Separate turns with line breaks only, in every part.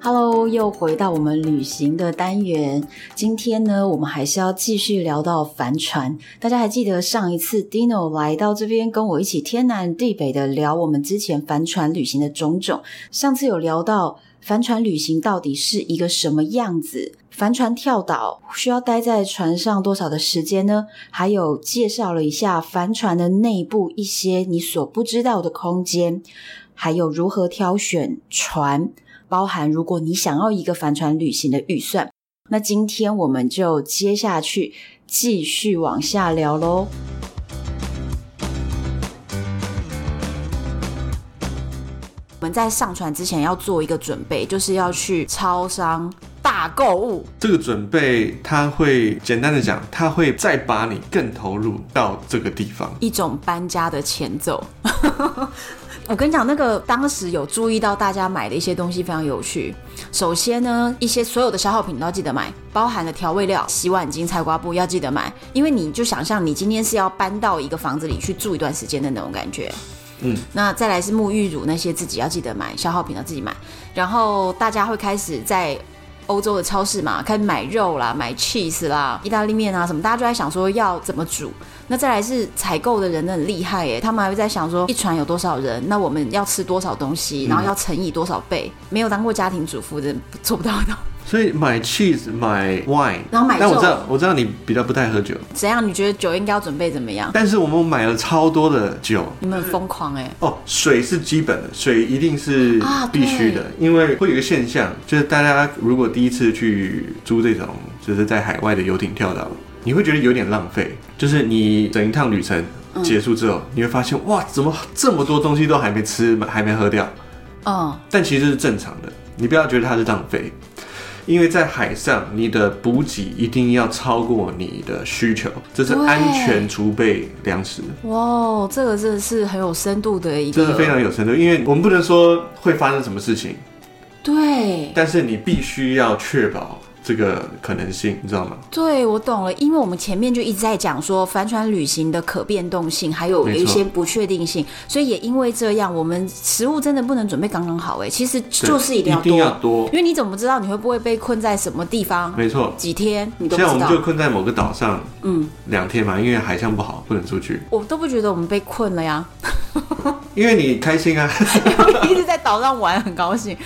Hello，又回到我们旅行的单元。今天呢，我们还是要继续聊到帆船。大家还记得上一次 Dino 来到这边跟我一起天南地北的聊我们之前帆船旅行的种种。上次有聊到帆船旅行到底是一个什么样子，帆船跳岛需要待在船上多少的时间呢？还有介绍了一下帆船的内部一些你所不知道的空间，还有如何挑选船。包含如果你想要一个帆船旅行的预算，那今天我们就接下去继续往下聊喽。我们在上船之前要做一个准备，就是要去超商大购物。
这个准备，它会简单的讲，它会再把你更投入到这个地方。
一种搬家的前奏。 我跟你讲，那个当时有注意到大家买的一些东西非常有趣。首先呢，一些所有的消耗品都要记得买，包含了调味料、洗碗巾、菜瓜布要记得买，因为你就想象你今天是要搬到一个房子里去住一段时间的那种感觉。
嗯，
那再来是沐浴乳那些自己要记得买，消耗品要自己买。然后大家会开始在欧洲的超市嘛，开始买肉啦、买 cheese 啦、意大利面啊什么，大家就在想说要怎么煮。那再来是采购的人很厉害耶，他们还会在想说一船有多少人，那我们要吃多少东
嗯
西，然后要乘以多少倍。没有当过家庭主妇的做不到的。
所以买 cheese，买 wine，
然后买
但我
肉
知道，我知道你比较不太喝酒，
怎样？你觉得酒应该要准备怎么样？
但是我们买了超多的酒。
你们很疯狂哎！
哦，水是基本的，水一定是
啊
必须的，因为会有一个现象，就是大家如果第一次去租这种就是在海外的游艇跳岛，你会觉得有点浪费，就是你整一趟旅程结束之后，你会发现哇，怎么这么多东西都还没吃，还没喝掉，
嗯，
但其实是正常的，你不要觉得它是浪费，因为在海上你的补给一定要超过你的需求，这是
对
安全储备粮食。
哇，这个真的是很有深度的一
这是
个，
非常有深度，因为我们不能说会发生什么事情，
对。
但是你必须要确保这个可能性，你知道吗？
对，我懂了，因为我们前面就一直在讲说帆船旅行的可变动性，还有有
没
一
错
些不确定性，所以也因为这样，我们食物真的不能准备刚刚好哎，其实
对
就是一定要多，
一定要多
因，为你怎么知道你会不会被困在什么地方
没错。
几天，你都
现
不
在
知
我们
道
就。困在某个岛上
嗯，
两天嘛，因为海象不好，不能出去。
我都不觉得我们被困了呀，
因为你开心啊，
因为一直在岛上玩，很高兴。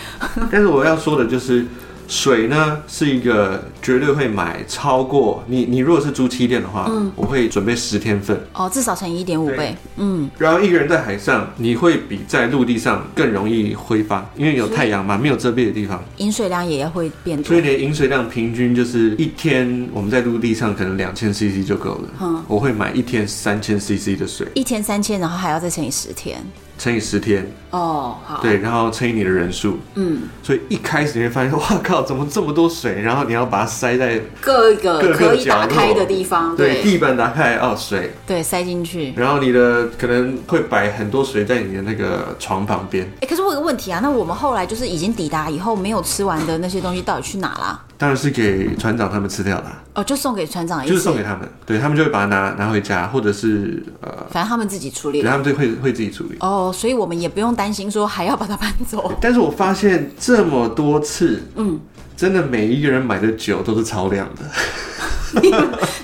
但是我要说的就是，水呢是一个绝对会买超过你，你如果是租七天的话，我会准备十天份。
哦，至少乘以一点五
对
倍，嗯，
然后一个人在海上，你会比在陆地上更容易挥发，因为有太阳嘛，没有遮蔽的地方，
饮水量也会变
所
多
以。你的饮水量平均就是一天我们在陆地上可能两千 CC 就够了。
嗯
我会买一天三千 CC 的水，
一天三千，然后还要再乘以十天。
乘以十天，
哦，好，
对，然后乘以你的人数，
嗯，
所以一开始你会发现，哇靠，怎么这么多水？然后你要把它塞在
各个
各个
可以
角
打
落
开的地方，
对地板打开哦水，
对，塞进去。
然后你的可能会摆很多水在你的那个床旁边。
哎、可是我有个问题啊，那我们后来就是已经抵达以后没有吃完的那些东西到底去哪啦？
当然是给船长他们吃掉啦，
哦，就送给船长一次，
就是送给他们，对他们就会把它拿拿回家，或者是呃，
反正他们自己处理
对。他们就会会自己处理。
哦，所以我们也不用担心说还要把它搬走。
但是我发现这么多次，
嗯，
真的每一个人买的酒都是超量的，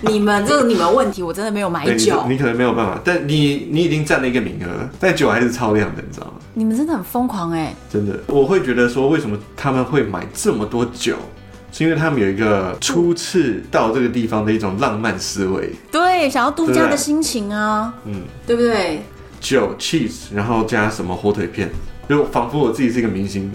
你们这是你们问题，我真的没有买
对，
酒。
你你可能没有办法，但你你已经占了一个名额了，但酒还是超量的，你知道吗？
你们真的很疯狂哎、
真的，我会觉得说，为什么他们会买这么多酒，是因为他们有一个初次到这个地方的一种浪漫思维，
对，想要度假
对
的心情啊，
嗯，
对不对？
酒 cheese，然后加什么火腿片，就仿佛我自己是一个明星。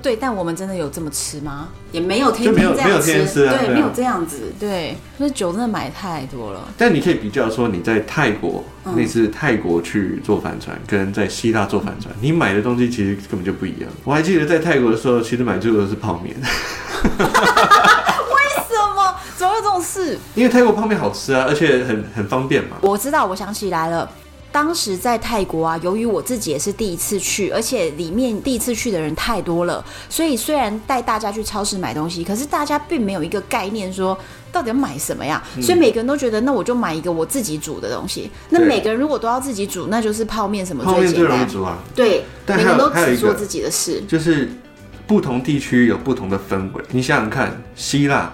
对，但我们真的有这么吃吗？也没有天
就没
天
有
这样
没有天天吃啊
对，
对啊
没有这样子，对，所以酒真的买太多了。
但你可以比较说，你在泰国、那次泰国去坐帆船，跟在希腊坐帆船，你买的东西其实根本就不一样。我还记得在泰国的时候，其实买最多的是泡面，
为什么？怎么会有这种事？
因为泰国泡面好吃啊，而且很很方便嘛。
我知道，我想起来了。当时在泰国啊，由于我自己也是第一次去，而且里面第一次去的人太多了，所以虽然带大家去超市买东西，可是大家并没有一个概念说
嗯
到底要买什么呀，所以每个人都觉得那我就买一个我自己煮的东西。那
对
每个人如果都要自己煮，那就是泡面什么
泡
最
面最
简
容易
单。
煮啊，
对，
但
每个
还有
人都
还有
只
一
做
个
自己的事。
就是不同地区有不同的氛围。你想想看，希腊，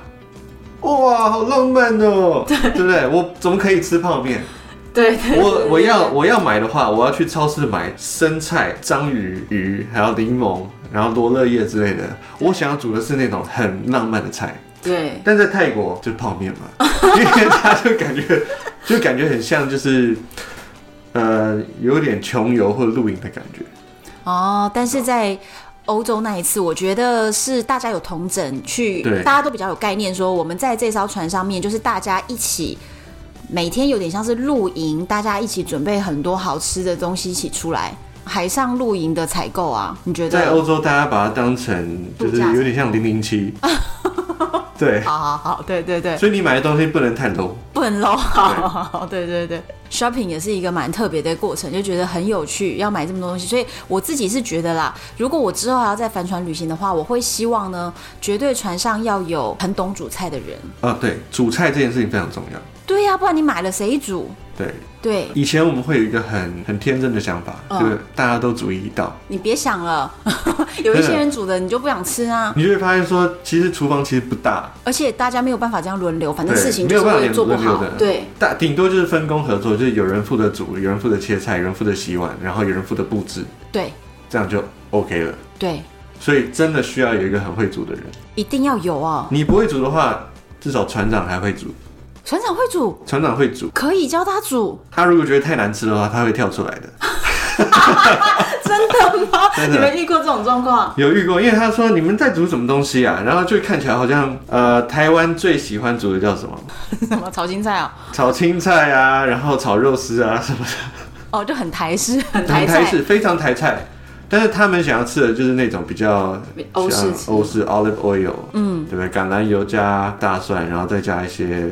哇，好浪漫哦，对不对？我怎么可以吃泡面？
对对
我我要我要买的话，我要去超市买生菜、章鱼、鱼，还有柠檬，然后罗勒叶之类的。我想要煮的是那种很浪漫的菜，
对，
但在泰国就是泡面嘛，因为他就感觉就感觉很像就是呃有点穷游或露营的感觉。
哦，但是在欧洲那一次，我觉得是大家有同整去，
对
大家都比较有概念，说我们在这艘船上面，就是大家一起。每天有点像是露营，大家一起准备很多好吃的东西一起出来。海上露营的采购啊，你觉
在
得？
欧洲，大家把它当成就是有点像零零七， 对，
好好好，对对对，
所以你买的东西不能太 low。
不能 low，好好好， 对对对。Shopping 也是一个蛮特别的过程，就觉得很有趣，要买这么多东西。所以我自己是觉得啦，如果我之后还要再帆船旅行的话，我会希望呢，绝对船上要有很懂煮菜的人。
啊，对，煮菜这件事情非常重要。
对呀、不然你买了谁煮？
对，
对
以前我们会有一个很很天真的想法，
嗯
就是大家都煮一道，
你别想了， 有一些人煮的你就不想吃啊，
你就会发现说，其实厨房其实不大，
而且大家没有办法这样轮流，反正
对
事情
没
就
有
是
办法
我也做不
轮流
好
的。
对
大顶多就是分工合作，就是有人负责煮，有人负责切菜，有人负责洗碗，然后有人负责布置，
对
这样就 OK 了。
对，
所以真的需要有一个很会煮的人，
一定要有哦。
你不会煮的话，至少船长还会煮，
船长会煮，
船长会煮。
可以教他煮，
他如果觉得太难吃的话，他会跳出来的。
真的吗？
真的
你们遇过这种状况？
有遇过，因为他说你们在煮什么东西啊？然后就看起来好像呃，台湾最喜欢煮的叫什么？
什么炒青菜啊？
炒青菜啊，然后炒肉丝啊什么
哦，就很台式，很
的，
台
很台
菜。
式，非常台菜。但是他们想要吃的就是那种比较
欧式
像
吃
欧式 olive oil，嗯，对不对？橄榄油加大蒜，然后再加一些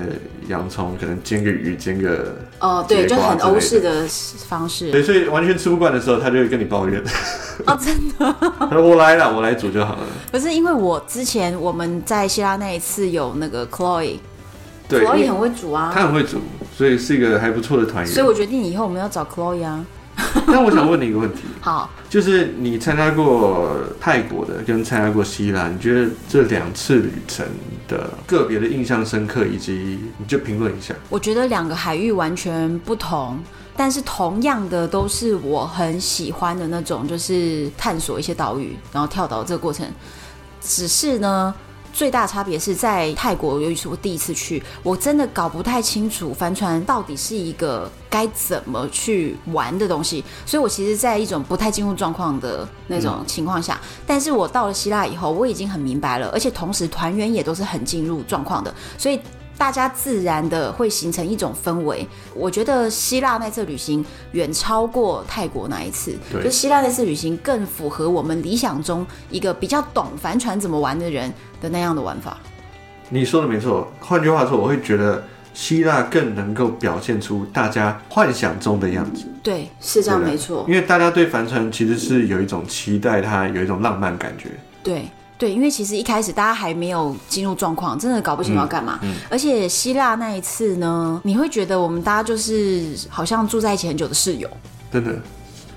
洋葱，可能煎个鱼，煎个
哦，对，
节
就
瓜
很
之类
欧
的
式的方式。
对，所以完全吃不惯的时候，他就会跟你 抱怨，
哦，真的。
他说我来了，我来煮就好了。
可是因为我之前我们在希拉那一次有那个 Chloe，Chloe
对，
很会煮啊，
他很会煮，所以是一个还不错的团员。
所以我决定以后我们要找 Chloe 啊。
但我想问你一个问题，
好，
就是你参加过泰国的，跟参加过希腊，你觉得这两次旅程的个别的印象深刻，以及你就评论一下。
我觉得两个海域完全不同，但是同样的都是我很喜欢的那种，就是探索一些岛屿，然后跳岛这个过程。只是呢，最大差别是在泰国，由于是我第一次去，我真的搞不太清楚帆船到底是一个该怎么去玩的东西，所以我其实，在一种不太进入状况的那种情况下，但是我到了希腊以后，我已经很明白了，而且同时团员也都是很进入状况的，所以。大家自然的会形成一种氛围，我觉得希腊那次旅行远超过泰国那一次，
对
就希腊那次旅行更符合我们理想中一个比较懂帆船怎么玩的人的那样的玩法。
你说的没错，换句话说，我会觉得希腊更能够表现出大家幻想中的样子，
对，是这样
对的啊
没错。
因为大家对帆船其实是有一种期待它有一种浪漫感觉。
对对，因为其实一开始大家还没有进入状况，真的搞不清楚
嗯
要干嘛。而且希腊那一次呢，你会觉得我们大家就是好像住在一起很久的室友。
真的，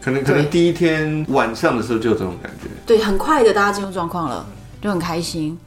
可能可能
对
第一天晚上的时候就有这种感觉。
对，很快的大家进入状况了，就很开心。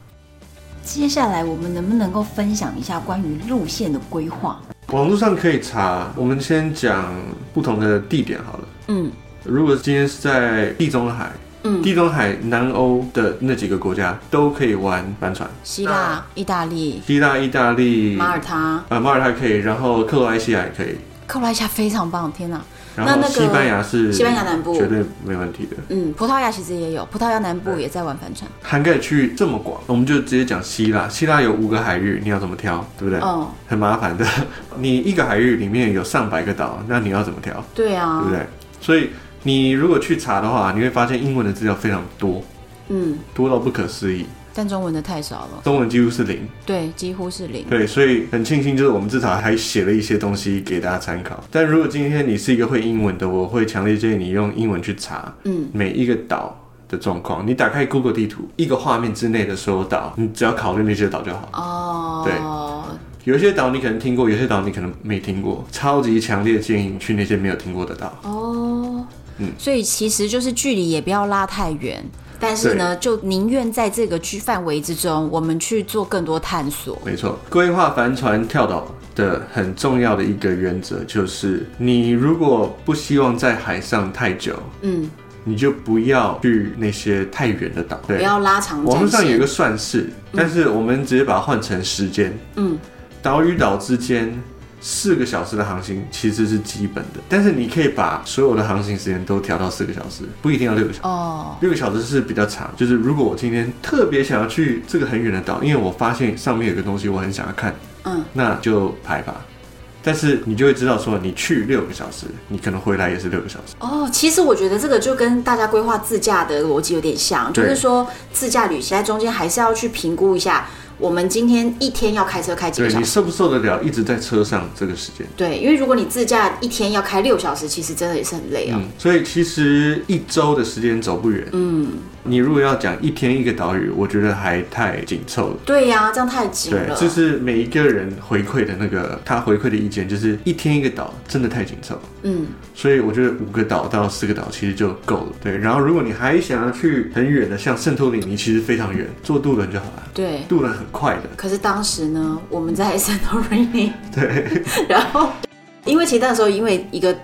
接下来我们能不能够分享一下关于路线的规划？
网络上可以查，我们先讲不同的地点好了。
嗯，
如果今天是在地中海，
嗯
地中海南欧的那几个国家都可以玩帆船，
希
啊
腊、意大利、
希腊、意大利、
马耳他、
呃马耳他可以，然后克罗埃西亚也可以，
克罗埃西亚非常棒，天哪！
然
那
后
那个
西班牙是
西班牙南部
绝对没问题的，
嗯，葡萄牙其实也有，葡萄牙南
嗯
部也在玩帆船。
涵盖区域这么广，我们就直接讲希腊，希腊有五个海域，你要怎么挑，对不对？
哦，
很麻烦的， 你一个海域里面有上百个岛，那你要怎么挑？
对啊，
对不对？所以你如果去查的话，你会发现英文的资料非常多，
嗯，
多到不可思议。
但中文的太少了，
中文几乎是零。
对，几乎是零。
对，所以很庆幸，就是我们至少还写了一些东西给大家参考。但如果今天你是一个会英文的，我会强烈建议你用英文去查，嗯，每一个岛的状况。你打开 Google 地图，一个画面之内的所有岛，你只要考虑那些岛就好。
哦，
有一些岛你可能听过，有些岛你可能没听过。超级强烈建议你去那些没有听过的岛。
哦，
嗯
所以其实就是距离也不要拉太远，但是呢，就宁愿在这个区范围之中，我们去做更多探索。
没错，规划帆船跳岛的很重要的一个原则就是，你如果不希望在海上太久，
嗯，
你就不要去那些太远的岛。
不
对，
要拉长
网络
战
上有一
线。
个算式，但是我们直接把它换成时间。
嗯，
岛与岛之间四个小时的航行其实是基本的，但是你可以把所有的航行时间都调到四个小时，不一定要六个小时。
哦，
六个小时是比较长，就是如果我今天特别想要去这个很远的岛，因为我发现上面有个东西我很想要看，
嗯，
那就排吧。但是你就会知道说，你去六个小时，你可能回来也是六个小时。
哦，其实我觉得这个就跟大家规划自驾的逻辑有点像，就
对
是说自驾旅行在中间还是要去评估一下，我们今天一天要开车开几个
对
小
你
时。
受不受得了一直在车上这个时间？
对，因为如果你自驾一天要开六小时，其实真的也是很累哦。
嗯，所以其实一周的时间走不远。嗯，你如果要讲一天一个岛屿，我觉得还太紧凑了。
对呀、这样太紧
对
了。，
就是每一个人回馈的那个他回馈的意见，就是一天一个岛，真的太紧凑。
嗯，
所以我觉得五个岛到四个岛其实就够了。对，然后如果你还想要去很远的，像圣托里尼，其实非常远，坐渡轮就好了，
对。
渡轮很快的。
可是当时呢，我们
嗯
在圣托里 尼，对， 然后因为其实那时候因为一个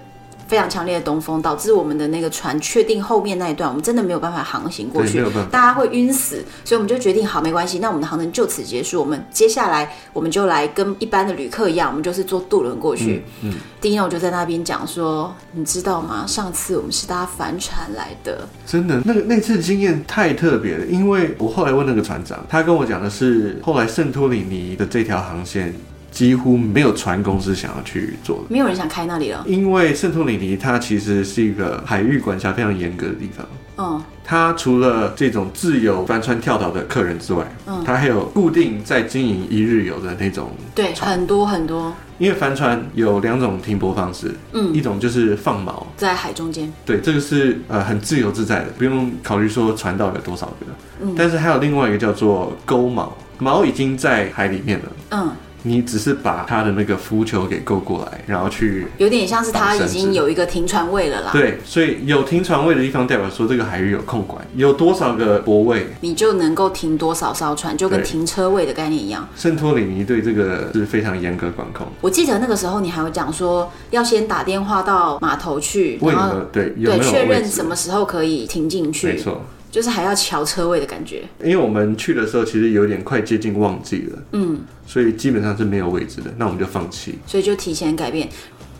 非常强烈的东风，导致我们的那个船确定后面那一段我们真的没有办法航行过
对，没
去
有，办法。
大家会晕死，所以我们就决定好没关系，那我们的航程就此结束，我们接下来我们就来跟一般的旅客一样，我们就是坐渡轮过去。
嗯，
Dino 就在那边讲说，你知道吗？上次我们是搭帆船来的，
真的，那个那次经验太特别了，因为我后来问那个船长，他跟我讲的是，后来圣托里尼的这条航线几乎没有船公司想要去做的。
没有人想开那里了。
因为圣托里尼它其实是一个海域管辖非常严格的地方，
嗯，
它除了这种自由帆船跳岛的客人之外，它还有固定在经营一日游的那种。
对，很多很多
因为帆船有两种停泊方式，
嗯
一种就是放锚，
在海中间。
对，这个是呃很自由自在的，不用考虑说船到有多少个。但是还有另外一个叫做钩锚，锚已经在海里面了，
嗯，
你只是把它的那个浮球给勾过来，然后去。
有点像是它已
绑绳
经
子
有一个停船位了啦，
对，所以有停船位的地方，代表说这个海域有空管，有多少个泊位？
你就能够停多少艘船，就跟
对
停车位的概念一样。
圣托里尼对这个是非常严格管控。
我记得那个时候你还会讲说，要先打电话到码头去，
为
然后
何对有
对，
没有
确
位
认
置
什？么时候可以停进
没
去，
错，
就是还要瞧车位的感觉。
因为我们去的时候其实有点快接近旺季了，
嗯，
所以基本上是没有位置的，那我们就放弃。
所以就提前改变。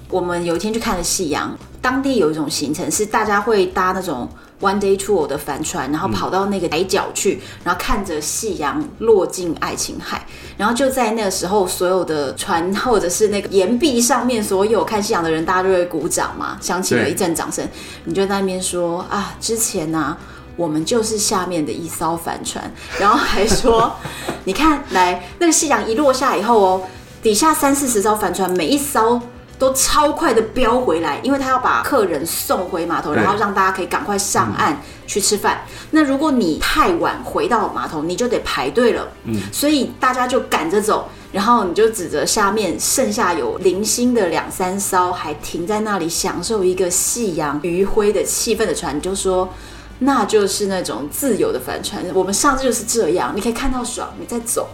我们有一天去看了夕阳，当地有一种行程是大家会搭那种 one day tour 的帆船，然后跑到那个海角去，然后看着夕阳落进爱琴海，然后就在那个时候，所有的船或者是那个岩壁上面所有看夕阳的人，大家就会鼓掌嘛，响起了
对
一阵掌声。你就在那边说啊，之前呢、我们就是下面的一艘帆船，然后还说，你看，来那个夕阳一落下以后哦，底下三四十艘帆船，每一艘都超快的飙回来，因为他要把客人送回码头，
对
然后让大家可以赶快上岸去吃饭。那如果你太晚回到码头，你就得排队了，嗯，所以大家就赶着走。然后你就指着下面剩下有零星的两三艘还停在那里享受一个夕阳余晖的气氛的船，你就说那就是那种自由的帆船。我们上次就是这样，你可以看到爽，你再走。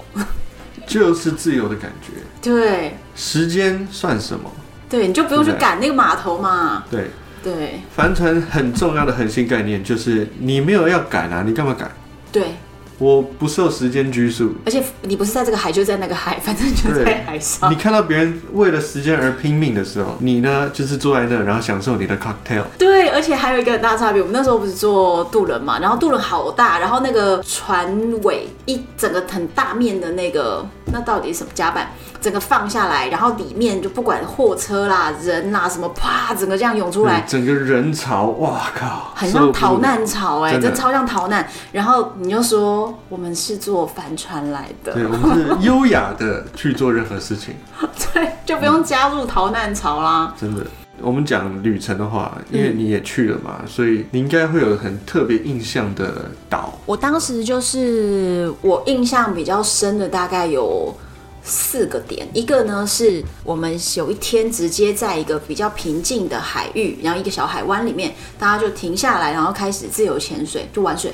就是自由的感觉。
对
时间算什么？
对，你就不用去
对
赶那个码头嘛。
对，
对
帆船很重要的核心概念就是你没有要赶啊，你干嘛赶？
对，
我不受时间拘束。
而且你不是在这个海，就在那个海，反正就在海上
你。看到别人为了时间而拼命的时候，你呢就是坐在那，然后享受你的 cocktail。
对，而且还有一个很大差别，我们那时候不是坐渡轮嘛，然后渡轮好大，然后那个船尾一整个很大面的那个那到底什么甲板整个放下来，然后里面就不管货车啦、人啦什么，啪，整个这样涌出来
嗯，整个人潮，哇靠，
很
受
像
不了
逃难潮哎、
真的
这超像逃难。然后你就说我们是坐帆船来的，
对，我们是优雅的去做任何事情，
对， 就不用加入逃难潮啦。
真的。我们讲旅程的话，因为你也去了
嗯
嘛，所以你应该会有很特别印象的岛。
我当时就是我印象比较深的大概有四个点，一个呢是我们有一天直接在一个比较平静的海域，然后一个小海湾里面，大家就停下来，然后开始自由潜水，就玩水。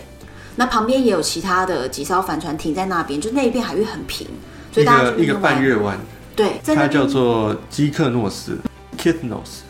那旁边也有其他的几艘帆船停在那边，就那一片海域很平，所
一
以大家
个
就
一个
那边玩
半月湾，
对，在那
它
边
叫做基克诺斯 （Kitnos）。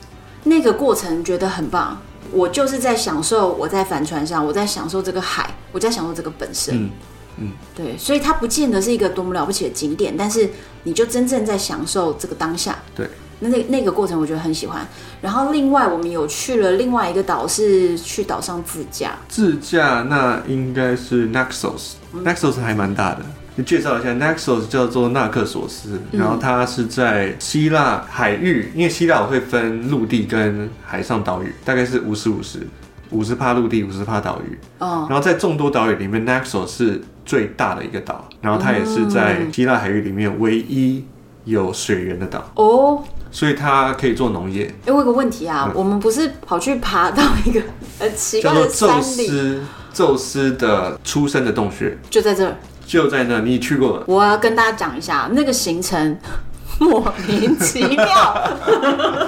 那个过程觉得很棒。我就是在享受我在帆船上，我在享受这个海，我在享受这个本身。
嗯，
对，所以它不见得是一个多么了不起的景点，但是你就真正在享受这个当下。
对，
那那那个过程我觉得很喜欢。然后另外我们有去了另外一个岛，是去岛上自驾。
自驾那应该是 Naxos，Naxos、Naxos
嗯
还蛮大的。你介绍一下，Naxos 叫做纳克索斯，
嗯
然后它是在希腊海域，因为希腊我会分陆地跟海上岛屿，大概是五十五十，五十趴陆地，五十趴岛屿。
哦，
然后在众多岛屿里面，Naxos 是最大的一个岛，然后它也是在希腊海域里面唯一有水源的岛，
哦，
所以它可以做农业，
哎，我有个问题啊，我们不是跑去爬到一个很奇怪
嗯叫做
的
宙
山里，
斯宙斯的出生的洞穴。
就在这儿。
就在那，你去过了？
我要跟大家讲一下那个行程，莫名其妙，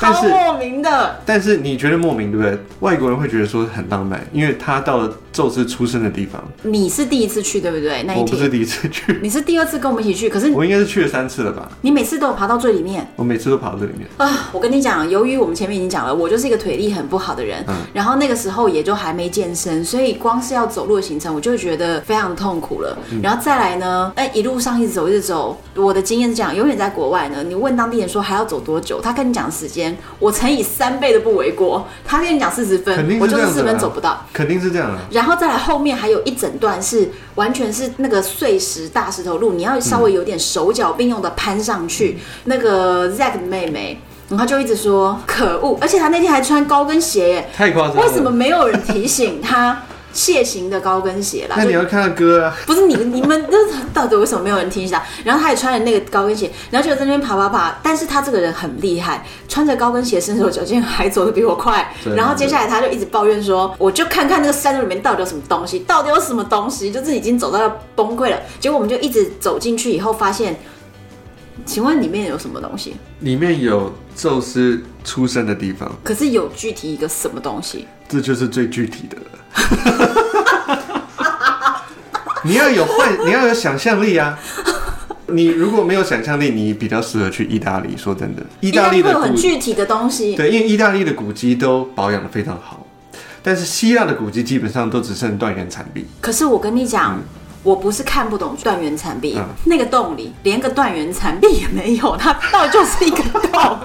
但
超
是
莫名的。
但是你觉得莫名对不对？外国人会觉得说很浪漫，因为他到了宙斯出生的地方。
你是第一次去对不对？那一
我不是
天
第一次去，
你是第二次跟我们一起去，可是
我应该是去了三次了吧？
你每次都有爬到最里面。
我每次都跑到这里面。
啊，我跟你讲，由于我们前面已经讲了，我就是一个腿力很不好的
嗯
人，然后那个时候也就还没健身，所以光是要走路的行程，我就觉得非常痛苦了。
嗯
然后再来呢，哎，一路上一直走一直走，我的经验是这样，永远在国外呢，你问当地人说还要走多久，他跟你讲时间，我乘以三倍都不为过。他跟你讲四十分
肯定，是
我就
这
是
样
四
子啊
十分
啦
走不到。
肯定是这样啊。
然后再来后面还有一整段是完全是那个碎石大石头路，你要稍微有点手脚并用的攀上去。那个 Zack 的妹妹，然后就一直说可恶，而且她那天还穿高跟鞋耶，
太夸张了。
为什么？没有人提醒她蟹形的高跟鞋啦？
那
就
你要看他歌啊，
不是你你们这到底为什么没有人听一下？然后他也穿着那个高跟鞋，然后就在那边爬爬爬。但是他这个人很厉害，穿着高跟鞋伸手矫健还走得比我快
真。的
然后接下来他就一直抱怨说：“我就看看那个山里面到底有什么东西，到底有什么东西，就是已经走到要崩溃了。”结果我们就一直走进去以后，发现，请问里面有什么东西？
里面有宙斯出生的地方，
可是有具体一个什么东西？
这就是最具体的了。 你要有幻，你要有想象力啊。你如果没有想象力，你比较适合去意大利。说真的，意大利
应该
的
会有很
古
具体的东西。
对，因为意大利的古迹都保养的非常好，但是希腊的古迹基本上都只剩断垣残壁。
可是我跟你讲。我不是看不懂断垣残壁，
嗯
那个洞里连个断垣残壁也没有，它到底就是一个 洞。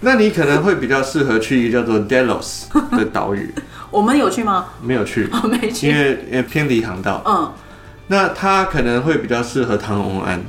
那你可能会比较适合去一个叫做 Delos 的岛屿，
我们有去吗？
没有去，
我哦没
因
去。
为因为偏离航道。
嗯，
那它可能会比较适合唐 红安。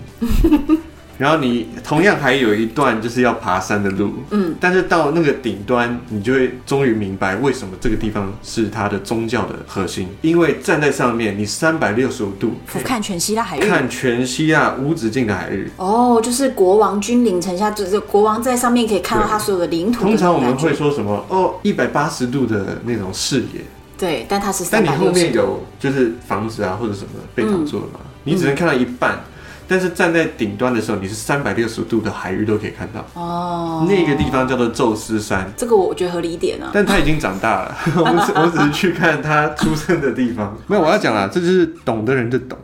然后你同样还有一段就是要爬山的路，嗯，但是到那个顶端，你就会终于明白为什么这个地方是它的宗教的核心，因为站在上面，你三百六十五度
俯瞰全希腊海域。
看全希腊无止境的海域，
哦，就是国王君临城下，就是国王在上面可以看到他所有的领土的
通
那种
常我们
感觉
会说什么哦，一百八十度的那种视野，
对，但它是三
但你
百
后
六
面
十。
有就是房子啊或者什么被挡住了
嗯
嘛，你只能看到一半。但是站在顶端的时候，你是三百六十度的海域都可以看到。
哦，
那个地方叫做宙斯山，
这个我觉得合理一点啊。
但他已经长大了。 我 们只我只是去看他出生的地方。没有，我要讲啦，这就是懂的人就懂。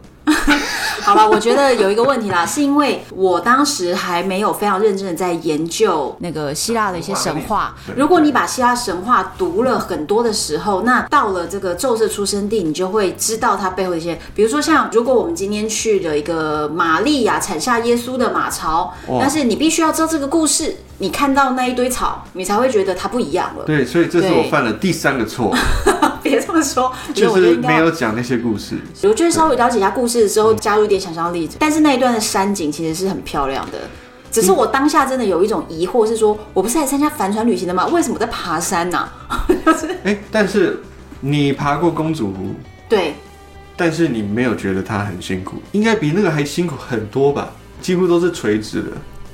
好了，我觉得有一个问题啦，是因为我当时还没有非常认真的在研究那个希腊的一些神话
对。
如果你把希腊神话读了很多的时候，那到了这个宙斯出生地，你就会知道它背后的一些，比如说像如果我们今天去了一个玛利亚产下耶稣的马槽，
哇
但是你必须要知道这个故事，你看到那一堆草，你才会觉得它不一样了。
对，所以这是我
对
犯了第三个错误。
别这么说，所以
就
我觉得
是
应该
没
要
有讲那些故事。
我觉得稍微了解一下故事
嗯
之后，加入一点想象力。但是那一段的山景其实是很漂亮的，只是我当下真的有一种疑惑，是说我不是来参加帆船旅行的吗？为什么我在爬山啊呢、
哎、但是你爬过公主湖，
对，
但是你没有觉得它很辛苦，应该比那个还辛苦很多吧？几乎都是垂直的。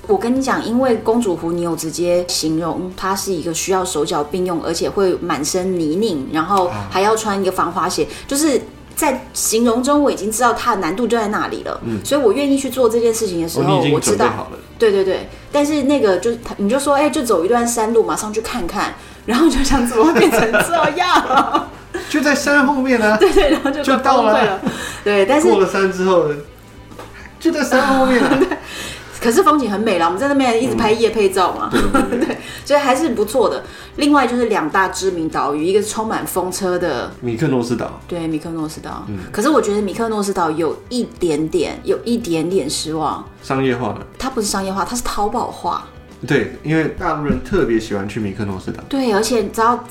我跟你讲，因为公主湖，你有直接形容它是一个需要手脚并用，而且会满身泥泞，然后
啊
还要穿一个防滑鞋，就是。在形容中，我已经知道它的难度就在那里了，所以我愿意去做这件事情的时
嗯哦，
候，
你已
我
经
知
准备
道
好了。
对对对，但是那个就是他，你就说，哎、就走一段山路嘛，马上去看看，然后就想怎么会变成这样？
就在山后面呢、啊，
对对，然后就
就到了
崩溃了。对， 但是
过了山之后，就在山后面、 啊。
可是风景很美啦，我们在那边一直拍夜配照嘛，
对对 对，
所以还是不错的。另外就是两大知名岛屿，一个是充满风车的。
米克诺斯岛，
对米克诺斯岛，
嗯
可是我觉得米克诺斯岛有一点点，有一点点失望。
商业化了。
它不是商业化，它是淘宝化。
对，因为大陆人特别喜欢去米克诺斯岛。
对，而且你知道，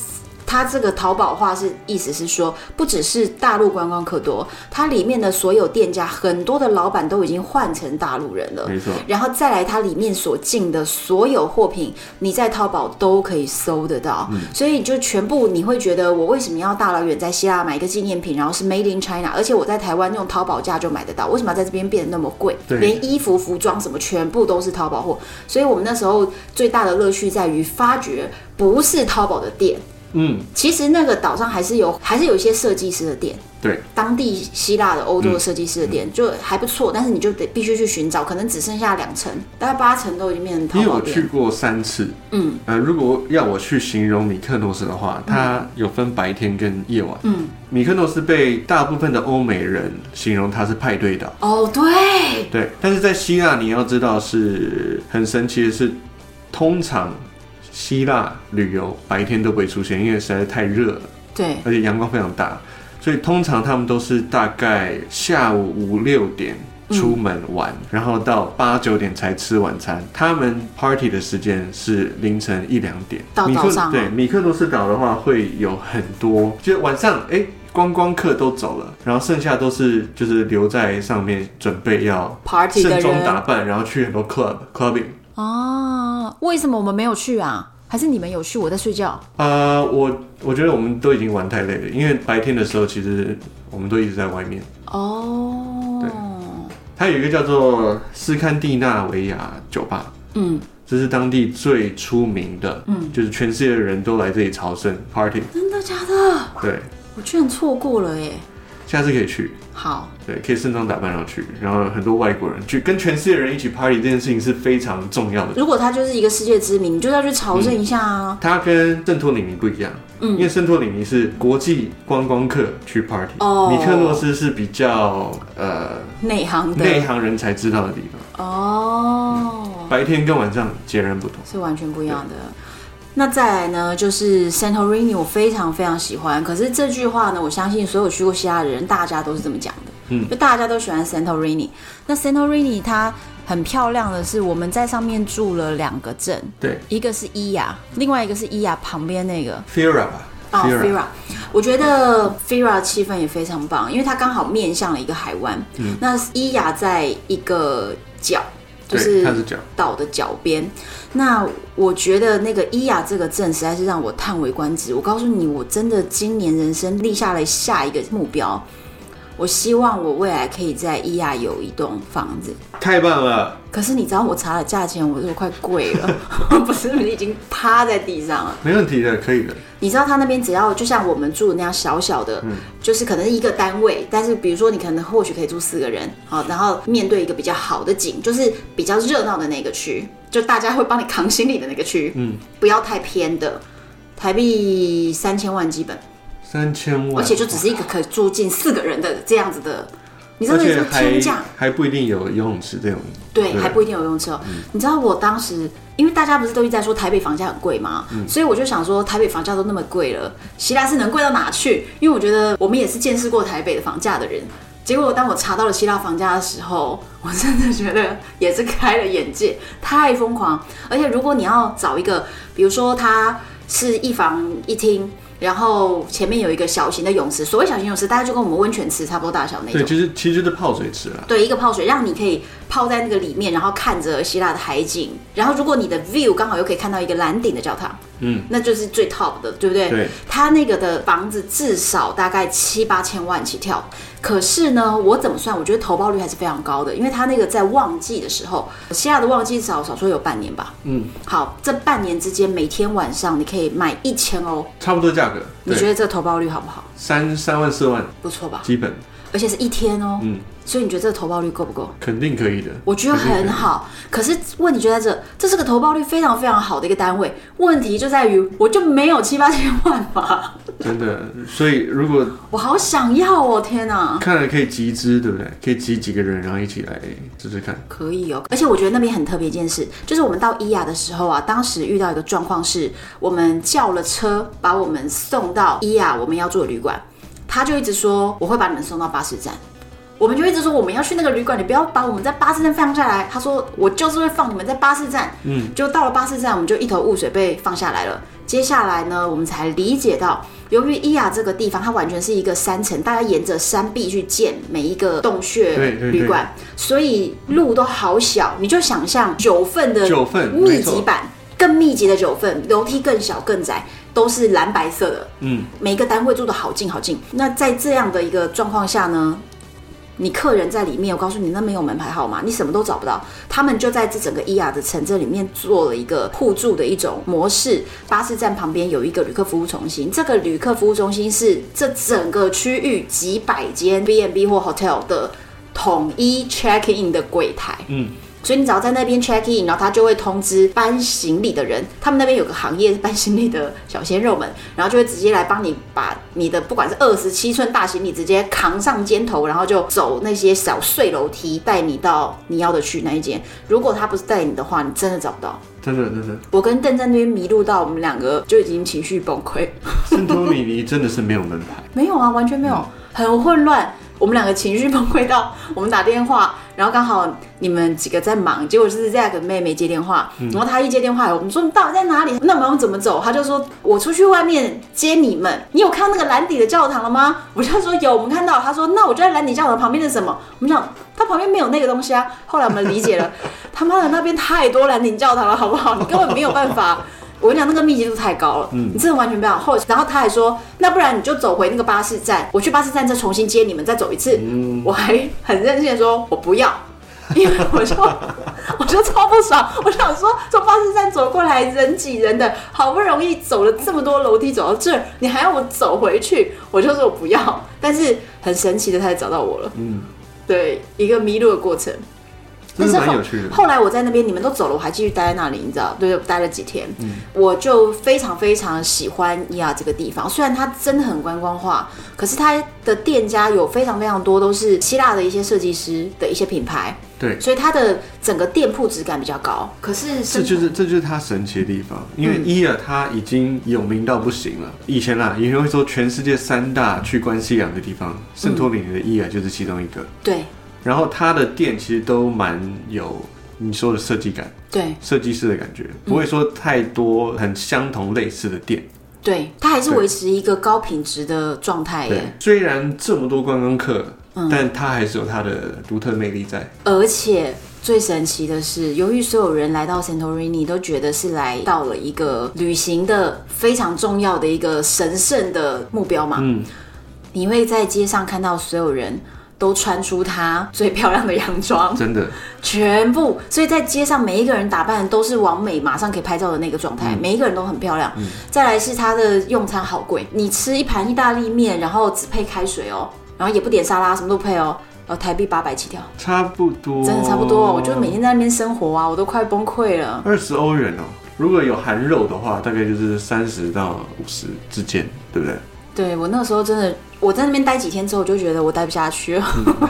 它这个淘宝化是意思是说，不只是大陆观光客多，它里面的所有店家，很多的老板都已经换成大陆人了。
没错，
然后再来，它里面所进的所有货品，你在淘宝都可以搜得到，所以就全部你会觉得我为什么要大老远在希腊买一个纪念品，然后是 Made in China，而且我在台湾用淘宝价就买得到，为什么要在这边变得那么贵？
对
连衣服、服装什么全部都是淘宝货，所以我们那时候最大的乐趣在于发掘不是淘宝的店，
嗯，
其实那个岛上还是有还是有一些设计师的店，
对，
当地希腊的欧洲的设计师的
嗯
店、就还不错，但是你就得必须去寻找，可能只剩下两层，大概八层都已经变成
因为
淘宝
我去
店。
过三次，嗯，呃，如果要我去形容米克诺斯的话，它有分白天跟夜晚，嗯，米克诺斯被大部分的欧美人形容它是派对岛，
哦，对，
对，但是在希腊你要知道是很神奇的是，通常希腊旅游白天都不会出现，因为实在太热了，
对，
而且阳光非常大，所以通常他们都是大概下午五六点
嗯
出门玩，然后到八九点才吃晚餐。他们 party 的时间是凌晨一两点。
到
米
早
克
上啊
对米克罗斯岛的话会有很多，就是晚上哎。诶观光客都走了，然后剩下都是就是留在上面准备要
Party 的
盛
人
装打扮，然后去很多 club clubbing。
哦，为什么我们没有去啊？还是你们有去？我在睡觉。
呃，我我觉得我们都已经玩太累了，因为白天的时候其实我们都一直在外面。
哦，
它有一个叫做斯堪的纳维亚酒吧，
嗯，
这是当地最出名的，嗯，就是全世界的人都来这里朝圣 party，
真的假的？
对，
我居然错过了耶！
下次可以去，
好，
对，可以盛装打扮然后去，然后很多外国人去跟全世界人一起 party 这件事情是非常重要的。
如果它就是一个世界知名，你就要去朝
嗯
圣一下啊。
它跟圣托里尼不一样，嗯，因为圣托里尼是国际观光客去 party，
哦
米克诺斯是比较呃
内行的
内行人才知道的地方，
哦，
白天跟晚上截然不同。
是完全不一样的。那再来呢，就是 Santorini，我非常非常喜欢。可是这句话呢，我相信所有去过希腊的人，大家都是这么讲的，
嗯
就大家都喜欢 Santorini。那 Santorini 它很漂亮的是，我们在上面住了两个镇，
对
一个是伊雅，另外一个是伊雅旁边那个。
，Fira 吧
哦 Fira，我觉得 Fira 气氛也非常棒，因为它刚好面向了一个海湾。
嗯
那伊雅在一个角，就
对
是
它是角
岛的角边。那我觉得那个伊雅这个镇实在是让我叹为观止。我告诉你，我真的今年人生立下了下一个目标，我希望我未来可以在伊雅有一栋房子。
太棒了！
可是你知道我查了价钱，我都快跪了， 不是已经趴在地上了。
没问题的，可以的。
你知道他那边只要就像我们住的那样小小的，
嗯
就是可能一个单位，但是比如说你可能或许可以住四个人，好，然后面对一个比较好的景，就是比较热闹的那个区，就大家会帮你扛行李的那个区，嗯，不要太偏的，台币三千万基本，
三千
而
万，
且就只是一个可以住进四个人的这样子的，你知道
而
那
且
是天
还
价，
还不一定有游泳池这种，
对，还不
一
一定有用车。你知道我当时，因为大家不是都一直在说台北房价很贵吗？所以我就想说，台北房价都那么贵了，希腊是能贵到哪去？因为我觉得我们也是见识过台北的房价的人。结果当我查到了希腊房价的时候，我真的觉得也是开了眼界，太疯狂。而且如果你要找一个，比如说它是一房一厅，然后前面有一个小型的泳池，所谓小型泳池，大概就跟我们温泉池差不多大小那
对，
种。
就是其实就是泡水池啦。
对，一个泡水，让你可以泡在那个里面，然后看着希腊的海景。然后如果你的 view 刚好又可以看到一个蓝顶的教堂，
嗯，
那就是最 top 的，对不对？
对，
它那个的房子至少大概七八千万起跳。可是呢，我怎么算？我觉得投报率还是非常高的，因为它那个在旺季的时候，希腊的旺季至少少说有半年吧。
嗯，
好，这半年之间，每天晚上你可以买一千欧，
差不多价格。
你觉
对，
得这投报率好不好？
三三万四万
不错吧？
基本，
而且是一天哦，
嗯，
所以你觉得这个投报率够不够？
肯定可以的。
我觉得
肯定可
很
以。
好，可是问题就在这，这是个投报率非常非常好的一个单位。问题就在于，我就没有七八千万吧，
真的，所以如果
我好想要哦，天哪！
看来可以集资，对不对？可以集几个人，然后一起来试试看。
可以哦，而且我觉得那边很特别一件事，就是我们到伊雅的时候啊，当时遇到一个状况是，我们叫了车把我们送到伊雅我们要住的旅馆，他就一直说我会把你们送到巴士站，我们就一直说我们要去那个旅馆，你不要把我们在巴士站放下来。他说我就是会放你们在巴士站，嗯，就到了巴士站，我们就一头雾水被放下来了。接下来呢，我们才理解到，由于伊雅这个地方它完全是一个山城，大家沿着山壁去建每一个洞穴
对对
旅馆，所以路都好小，你就想象九份的
九份
密
没
集
错
版更密集的九份，楼梯更小更窄，都是蓝白色的，
嗯，
每一个单位住的好近好近。那在这样的一个状况下呢，你客人在里面，我告诉你，那没有门牌号码，你什么都找不到。他们就在这整个伊雅的城镇里面做了一个互助的一种模式。巴士站旁边有一个旅客服务中心，这个旅客服务中心是这整个区域几百间 B&B 或 hotel 的统一 check in 的柜台。
嗯。
所以你只要在那边 check in，然后他就会通知搬行李的人，他们那边有个行业是搬行李的小鲜肉们，然后就会直接来帮你把你的不管是二十七寸大行李直接扛上肩头，然后就走那些小碎楼梯带你到你要的去那一间。如果他不是带你的话，你真的找不到。
真的真的，
我跟邓在那边迷路到我们两个就已经情绪崩溃，
圣托里尼真的是没有门牌。
没有啊，完全没有，很混乱。我们两个情绪崩溃到，我们打电话，然后刚好你们几个在忙，结果是 Zack 的妹妹接电话，然后她一接电话，我们说你到底在哪里？那我们要怎么走？她就说我出去外面接你们。你有看到那个蓝底的教堂了吗？我就说有，我们看到了。她说那我就在蓝底教堂旁边的什么？我们想它旁边没有那个东西啊。后来我们理解了，他妈的那边太多蓝顶教堂了，好不好？你根本没有办法。我跟你讲，那个密集度太高了，你真的完全没办法。后，然后他还说，那不然你就走回那个巴士站，我去巴士站再重新接你们，再走一次。我还很任性的说，我不要， 因为我就我就超不爽，我想说从巴士站走过来人挤人的，好不容易走了这么多楼梯走到这儿，你还要我走回去，我就说我不要。但是很神奇的，他也找到我了。
嗯，
对，一个迷路的过程。
真的
但是
蛮
后
有趣的
后来我在那边，你们都走了，我还继续待在那里，你知道，对，我待了几天。
嗯
我就非常非常喜欢伊雅这个地方，虽然它真的很观光化，可是它的店家有非常非常多都是希腊的一些设计师的一些品牌，
对，
所以它的整个店铺质感比较高。可是
这就是这就是它神奇的地方，因
嗯
为伊尔它已经有名到不行了。以前啦，以前会说全世界三大去观夕阳的地方，圣托里尼的伊尔就是其中一个。
对
然后它的店其实都蛮有你说的设计感、
对
设计师的感
嗯
觉，不会说太多很相同类似的店。
对，它还是
对
维持一个高品质的状态
对
耶。，
虽然这么多观光客，
嗯
但它还是有它的独特魅力在。
而且最神奇的是，由于所有人来到 Santorini 都觉得是来到了一个旅行的非常重要的一个神圣的目标嘛，
嗯，
你会在街上看到所有人。都穿出他最漂亮的洋装，
真的，
全部，所以在街上每一个人打扮都是完美，马上可以拍照的那个状态，每一个人都很漂亮。再来是它的用餐好贵，你吃一盘意大利面，然后只配开水哦，然后也不点沙拉，什么都不配哦，然后台币八百起跳。
差不多，
真的差不多，我就每天在那边生活啊，我都快崩溃了。
二十欧元哦，如果有含肉的话，大概就是三十到五十之间，对不对？
对我那时候真的，我在那边待几天之后，我就觉得我待不下去了，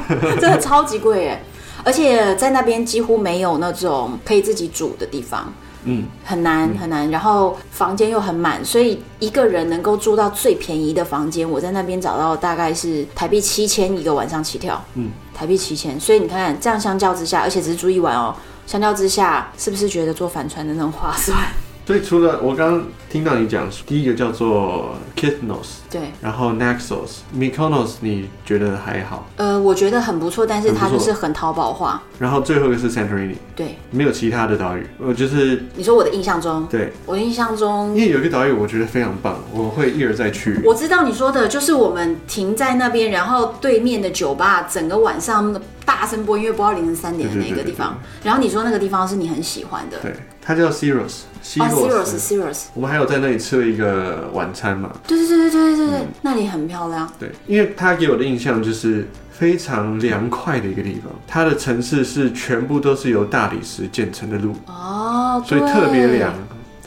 嗯
真的超级贵哎！而且在那边几乎没有那种可以自己煮的地方，
嗯，
很难很难。然后房间又很满，所以一个人能够住到最便宜的房间，我在那边找到大概是台币七千一个晚上起跳，
嗯，
台币七千。所以你看看，这样相较之下，而且只是住一晚哦，相较之下，是不是觉得坐帆船的那种划算？
所以除了我刚刚听到你讲，第一个叫做 Kitnos，
对，
然后 Naxos、Mykonos，你觉得还好？
呃，我觉得很不错，但是它
很不
就
错
是很淘宝化。
然后最后一个是 Santorini，
对，
没有其他的岛屿，我就是
你说我的印象中，
对，
我印象
因
中。
为有一个岛屿我觉得非常棒，我会一而再去。
我知道你说的就是我们停在那边，然后对面的酒吧整个晚上大声播音乐播到凌晨三点的
对
那
对
个
对
地
对
方。然后你说那个地方是你很喜欢的，
对，它叫 Ceros，西
哦
洛
，serious
斯。
serious，
我们还有在那里吃了一个晚餐嘛？
对对对对对对对，那里很漂亮。
对，因为它给我的印象就是非常凉快的一个地方。它的城市是全部都是由大理石建成的路，
哦，
所以
对
特别凉。，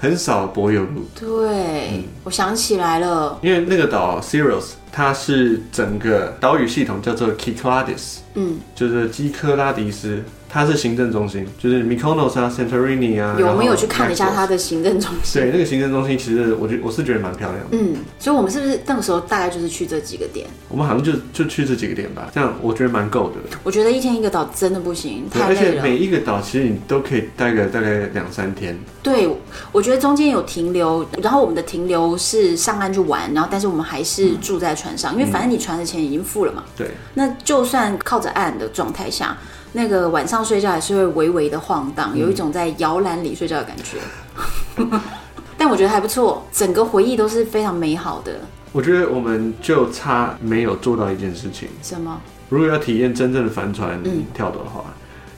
很少柏油路。
对，我想起来了，
因为那个岛 Ceros，它是整个岛屿系统叫做 Kikladis，
嗯，
就是基科拉迪斯，它是行政中心，就是 Mykonos 啊、Santorini 啊。
有我
然后
们有去看了一下
Naxos
它的行政中心。
对，那个行政中心其实我觉我是觉得蛮漂亮的。
嗯，所以我们是不是那个时候大概就是去这几个点？
我们好像就就去这几个点吧，这样我觉得蛮够的。
我觉得一天一个岛真的不行，
对，
太
而
累
且
了。
每一个岛其实你都可以待个大概两三天。
对，我觉得中间有停留，然后我们的停留是上岸去玩，然后但是我们还是住在船
嗯
上，因为反正你船的钱已经付了嘛。
对，
那就算靠着岸的状态下，那个晚上睡觉还是会微微的晃
嗯
荡，有一种在摇篮里睡觉的感觉。 但我觉得还不错，整个回忆都是非常美好的。
我觉得我们就差没有做到一件事情。
什么？
如果要体验真正的帆船
嗯
跳岛的话，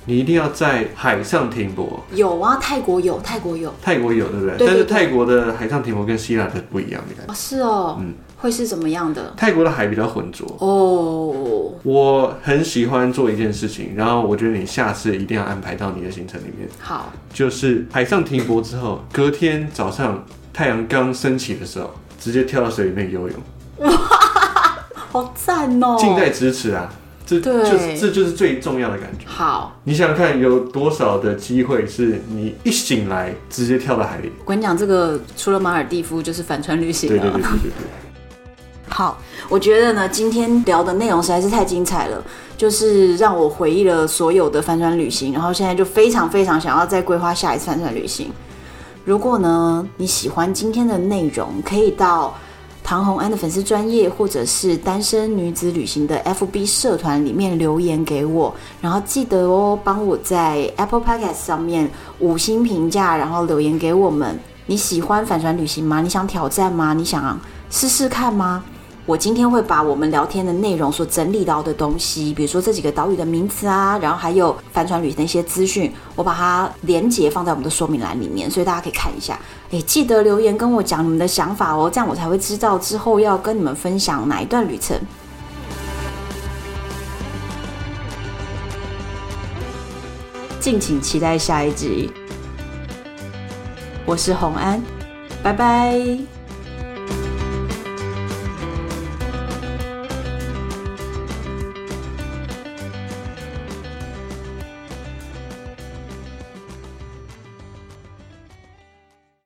你一定要在海上停泊。
有啊，泰国有，泰国有
泰国有对不
对
对？
对
但是
对
泰国的海上停泊跟希腊的不一样的感觉。
啊，是哦，会是怎么样的？
泰国的海比较浑浊。
哦，
我很喜欢做一件事情，然后我觉得你下次一定要安排到你的行程里面。
好，
就是海上停泊之后，隔天早上太阳刚升起的时候，直接跳到水里面游泳，
好赞哦！
近在咫尺啊！这
对
就是这就是最重要的感觉。
好，
你想想看，有多少的机会是你一醒来直接跳到海里？
我跟你讲，这个除了马尔蒂夫就是帆船旅行啊
对
了。
对对对对对，
好，我觉得呢，今天聊的内容实在是太精彩了，就是让我回忆了所有的帆船旅行，然后现在就非常非常想要再规划下一次帆船旅行。如果呢你喜欢今天的内容，可以到唐红安的粉丝专业或者是单身女子旅行的 FB 社团里面留言给我，然后记得哦，帮我在 Apple Podcast 上面五星评价，然后留言给我们。你喜欢帆船旅行吗？你想挑战吗？你想试试看吗？我今天会把我们聊天的内容所整理到的东西，比如说这几个岛屿的名字啊，然后还有帆船旅行的一些资讯，我把它连接放在我们的说明栏里面，所以大家可以看一下。诶，记得留言跟我讲你们的想法哦，这样我才会知道之后要跟你们分享哪一段旅程。敬请期待下一集。我是红安，拜拜。